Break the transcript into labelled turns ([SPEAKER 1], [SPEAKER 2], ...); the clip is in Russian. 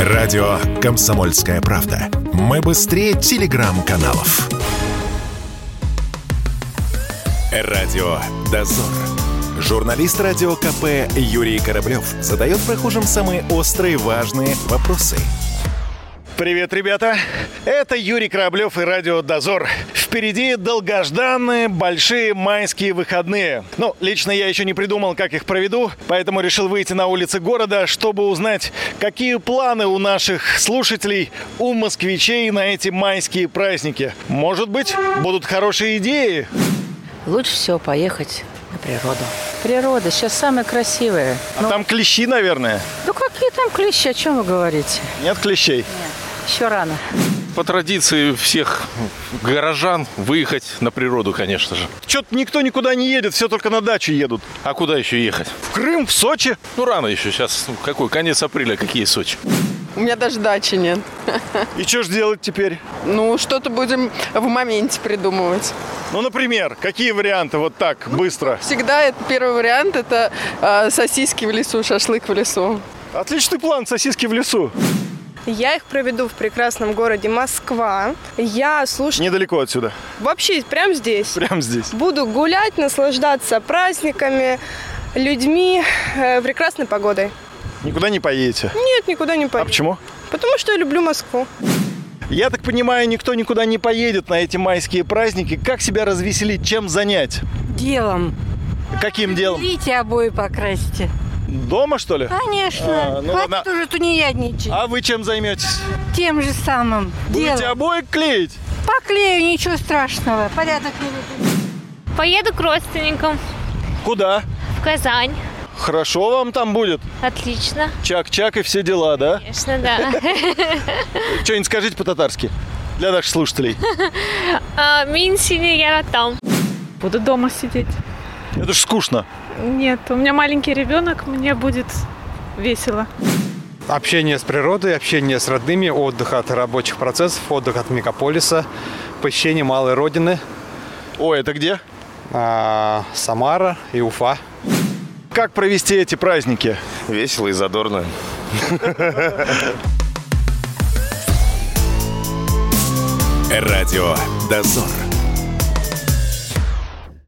[SPEAKER 1] Радио «Комсомольская правда». Мы быстрее телеграм-каналов. Радио «Дозор». Журналист радио КП Юрий Кораблев задает прохожим самые острые важные вопросы.
[SPEAKER 2] Привет, ребята! Это Юрий Кораблев и Радио Дозор. Впереди долгожданные большие майские выходные. Ну, лично я еще не придумал, как их проведу, поэтому решил выйти на улицы города, чтобы узнать, какие планы у наших слушателей, у москвичей на эти майские праздники. Может быть, будут хорошие идеи?
[SPEAKER 3] Лучше всего поехать на природу. Природа сейчас самая красивая.
[SPEAKER 2] А там клещи, наверное?
[SPEAKER 3] Ну какие там клещи, о чем вы говорите?
[SPEAKER 2] Нет клещей?
[SPEAKER 3] Еще рано.
[SPEAKER 4] По традиции всех горожан выехать на природу, конечно же.
[SPEAKER 2] Что-то никто никуда не едет, все только на дачу едут.
[SPEAKER 4] А куда еще ехать?
[SPEAKER 2] В Крым, в Сочи.
[SPEAKER 4] Ну, рано еще сейчас. Ну, Какой? Конец апреля, какие Сочи?
[SPEAKER 5] У меня даже дачи нет.
[SPEAKER 2] И что ж делать теперь?
[SPEAKER 5] Ну, что-то будем в моменте придумывать.
[SPEAKER 2] Ну, например, какие варианты вот так, быстро?
[SPEAKER 5] Всегда это первый вариант – это э, сосиски в лесу, шашлык в лесу.
[SPEAKER 2] Отличный план, сосиски в лесу.
[SPEAKER 6] Я их проведу в прекрасном городе Москва. Я слушаю
[SPEAKER 2] Недалеко отсюда,
[SPEAKER 6] вообще прямо здесь.
[SPEAKER 2] прямо здесь.
[SPEAKER 6] Буду гулять, наслаждаться праздниками, людьми, э, прекрасной погодой.
[SPEAKER 2] Никуда не поедете.
[SPEAKER 6] Нет, никуда не
[SPEAKER 2] А
[SPEAKER 6] поеду.
[SPEAKER 2] почему?
[SPEAKER 6] Потому что я люблю Москву.
[SPEAKER 2] Я так понимаю, никто никуда не поедет на эти майские праздники. Как себя развеселить? Чем занять?
[SPEAKER 7] Делом.
[SPEAKER 2] Каким делом?
[SPEAKER 7] Берите обои покрасьте.
[SPEAKER 2] Дома, что ли?
[SPEAKER 7] Конечно.
[SPEAKER 2] А, ну
[SPEAKER 7] Хватит
[SPEAKER 2] ладно.
[SPEAKER 7] уже тунеядничать.
[SPEAKER 2] А вы чем займетесь?
[SPEAKER 7] Тем же самым.
[SPEAKER 2] Будете
[SPEAKER 7] Делом.
[SPEAKER 2] обои клеить?
[SPEAKER 7] Поклею, ничего страшного. Порядок не люблю.
[SPEAKER 8] Поеду к родственникам
[SPEAKER 2] Куда?
[SPEAKER 8] в Казань.
[SPEAKER 2] Хорошо вам там будет.
[SPEAKER 8] Отлично,
[SPEAKER 2] Чак-чак и все дела, да?
[SPEAKER 8] конечно, да.
[SPEAKER 2] Что-нибудь скажите по-татарски для наших слушателей.
[SPEAKER 8] А, Мин синий я там.
[SPEAKER 9] Буду дома сидеть.
[SPEAKER 2] Это ж скучно.
[SPEAKER 9] Нет, у меня маленький ребенок, мне будет весело.
[SPEAKER 10] Общение с природой, общение с родными, отдых от рабочих процессов, отдых от мегаполиса, посещение малой родины,
[SPEAKER 2] Ой, это где?
[SPEAKER 10] а, Самара и Уфа.
[SPEAKER 2] Как провести эти праздники?
[SPEAKER 4] Весело и задорно.
[SPEAKER 1] Радио «Дозор».